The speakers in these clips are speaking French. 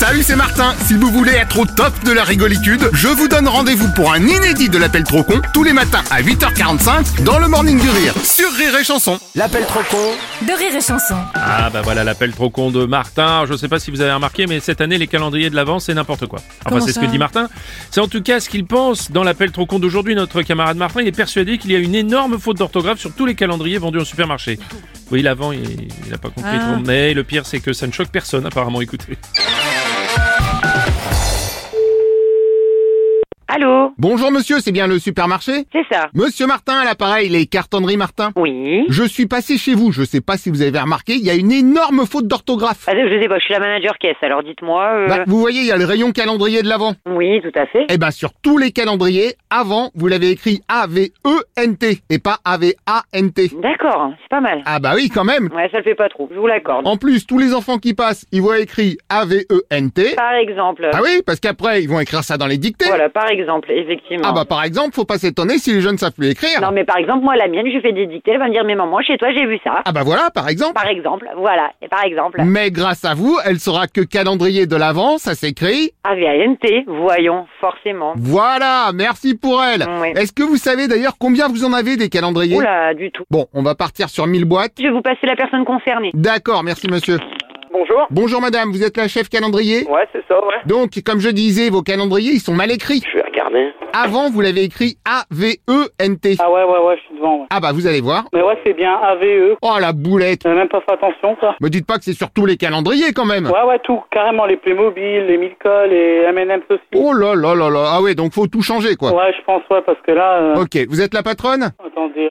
Salut, c'est Martin. Si vous voulez être au top de la rigolitude, je vous donne rendez-vous pour un inédit de l'appel trop con tous les matins à 8h45 dans le Morning du Rire sur Rire et Chanson. L'appel trop con de rire et chanson. Ah bah voilà l'appel trop con de Martin. Je sais pas si vous avez remarqué, mais cette année les calendriers de l'avant c'est n'importe quoi. Enfin Comment c'est ce ça que dit Martin. C'est en tout cas ce qu'il pense dans l'appel trop con d'aujourd'hui. Notre camarade Martin il est persuadé qu'il y a une énorme faute d'orthographe sur tous les calendriers vendus en supermarché. Oui l'avant il, il a pas compris. Ah. trop. Mais le pire c'est que ça ne choque personne apparemment. Écoutez. Allô Bonjour monsieur, c'est bien le supermarché C'est ça Monsieur Martin à l'appareil, les cartonneries Martin. Oui Je suis passé chez vous, je sais pas si vous avez remarqué, il y a une énorme faute d'orthographe. Ah, Je sais pas, je suis la manager caisse, alors dites-moi... euh, Bah, vous voyez, il y a le rayon calendrier de l'avant. Oui, tout à fait. Eh ben sur tous les calendriers, avant, vous l'avez écrit A-V-E-N-T et pas A-V-A-N-T. D'accord, c'est pas mal. Ah bah oui, quand même. Ouais, ça le fait pas trop, je vous l'accorde. En plus, tous les enfants qui passent, ils voient écrit E A-V-E-N-T. Par exemple... Ah oui, parce qu'après, ils vont écrire ça dans les dictées. Voilà, par exemple, effectivement. Ah bah par exemple, faut pas s'étonner si les jeunes savent plus écrire. Non mais par exemple, moi la mienne, je fais des dictées, elle va me dire, mais maman, chez toi j'ai vu ça. Ah bah voilà, par exemple. Par exemple, voilà, et par exemple... Mais grâce à vous, elle saura que calendrier de l'avant, ça s'écrit. AVANT, voyons, forcément. Voilà, merci pour elle. Ouais. Est-ce que vous savez d'ailleurs combien vous en avez des calendriers Oula, du tout. Bon, on va partir sur 1000 boîtes. Je vais vous passer la personne concernée. D'accord, merci monsieur. Bonjour. Bonjour madame, vous êtes la chef calendrier Ouais, c'est ça, ouais. Donc, comme je disais, vos calendriers, ils sont mal écrits. Je vais regarder. Avant, vous l'avez écrit A-V-E-N-T. Ah ouais, ouais, ouais, je suis devant, ouais. Ah bah vous allez voir. Mais ouais, c'est bien AVE. Oh la boulette J'ai même pas fait attention, ça. Me dites pas que c'est sur tous les calendriers quand même Ouais, ouais, tout. Carrément, les Playmobil, les Milcol, les M&M's aussi. Oh là là là là Ah ouais, donc faut tout changer quoi Ouais, je pense, ouais, parce que là... euh, Ok, vous êtes la patronne Attendez.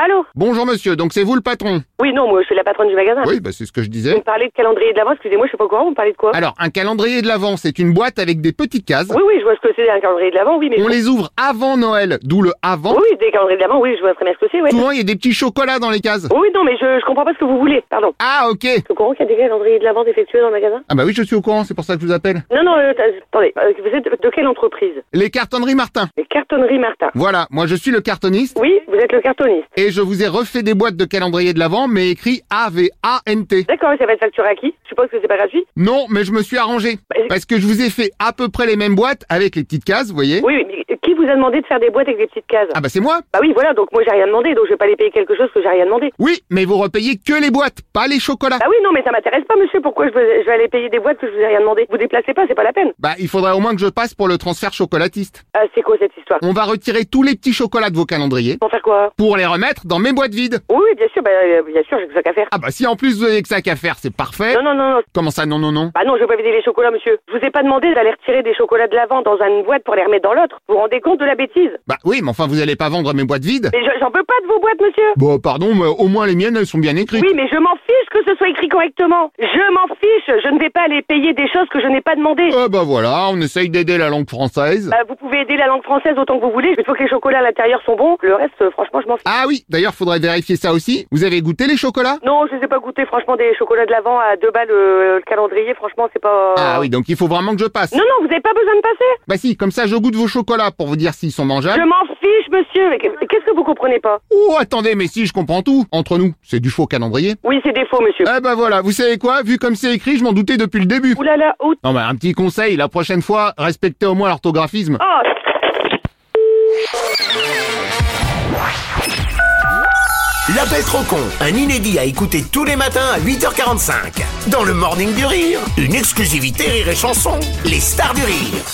Allô Bonjour monsieur, donc c'est vous le patron Oui, non, moi je suis la patronne du magasin. Oui, bah c'est ce que je Vous me disais. parlez de calendrier de l'avant, excusez-moi, je suis pas au courant, vous me parlez de quoi Alors, un calendrier de l'avant, c'est une boîte avec des petites cases. Oui, oui, je vois ce que c'est un calendrier de l'avant, oui, mais... On les ouvre avant Noël, d'où le avant. Oui, des calendriers de l'avant, oui, je vois très bien ce que c'est, oui. Souvent, il y a des petits chocolats dans les cases. Oui, non, mais je, je comprends pas ce que vous voulez, pardon. Ah ok Vous êtes au courant qu'il y a des calendriers de l'avant effectués dans le magasin Ah bah oui, je suis au courant, c'est pour ça que je vous appelle. Non, non, euh, t'as- attendez, euh, vous êtes de, de quelle entreprise Les cartonneries Martin. Les cartonneries Martin. Voilà, moi je suis le cartoniste Oui, vous êtes le cartoniste. et je vous ai refait des boîtes de calendrier de l'avant, mais écrit A-V-A-N-T. D'accord, et ça va être facturé à qui Je suppose que c'est pas gratuit Non, mais je me suis arrangé. Bah, Parce que je vous ai fait à peu près les mêmes boîtes avec les petites cases, vous voyez Oui, oui, mais euh, qui vous a demandé de faire des boîtes avec des petites cases Ah bah c'est moi Bah oui, voilà, donc moi j'ai rien demandé, donc je vais pas les payer quelque chose que j'ai rien demandé. Oui, mais vous repayez que les boîtes, pas les chocolats. Bah oui, non, mais ça m'intéresse pas, monsieur, pourquoi je, veux- je vais aller payer des boîtes que je vous ai rien demandé Vous déplacez pas, c'est pas la peine. Bah il faudrait au moins que je passe pour le transfert chocolatiste. Ah, c'est quoi cette histoire On va retirer tous les petits chocolats de vos calendriers Pour faire quoi pour les remettre dans mes boîtes vides. Oui, oui, bien sûr, bah, euh, bien sûr, j'ai que ça qu'à faire. Ah bah si en plus vous avez que ça qu'à faire, c'est parfait. Non, non, non, non. Comment ça non non non Bah non, je vais pas vider les chocolats, monsieur. Je vous ai pas demandé d'aller retirer des chocolats de l'avant dans une boîte pour les remettre dans l'autre. Vous vous rendez compte de la bêtise Bah oui, mais enfin vous allez pas vendre mes boîtes vides. Mais je- j'en peux pas de vos boîtes, monsieur Bon pardon, mais au moins les miennes elles sont bien écrites. Oui, mais je m'en fiche que ce soit écrit correctement. Je m'en fiche, je ne vais pas aller payer des choses que je n'ai pas demandées. Euh, bah voilà, on essaye d'aider la langue française. Bah, vous pouvez aider la langue française autant que vous voulez, il faut que les chocolats à l'intérieur sont bons. Le reste, euh, franchement, je m'en fiche. Ah oui, d'ailleurs faudrait vérifier ça aussi. Vous avez goûté les chocolats Non, je les ai pas goûtés, franchement, des chocolats de l'avant à deux balles euh, le calendrier, franchement, c'est pas... Ah oui, donc il faut vraiment que je passe. Non, non, vous n'avez pas besoin de passer. Bah si, comme ça je goûte vos chocolats pour vous dire s'ils sont Je mangeables. m'en fiche, monsieur. Mais Qu'est-ce que vous comprenez pas Oh attendez, mais si je comprends tout. Entre nous, c'est du faux calendrier. Oui, c'est des faux, monsieur. Eh bah voilà, vous savez quoi Vu comme c'est écrit, je m'en doutais depuis le début. Ouh là là, oh. Non bah un petit conseil, la prochaine fois, respectez au moins l'orthographisme. oh. L'appel trop con, un inédit à écouter tous les matins à 8h45. Dans le Morning du Rire, une exclusivité Rire et Chanson, les stars du rire.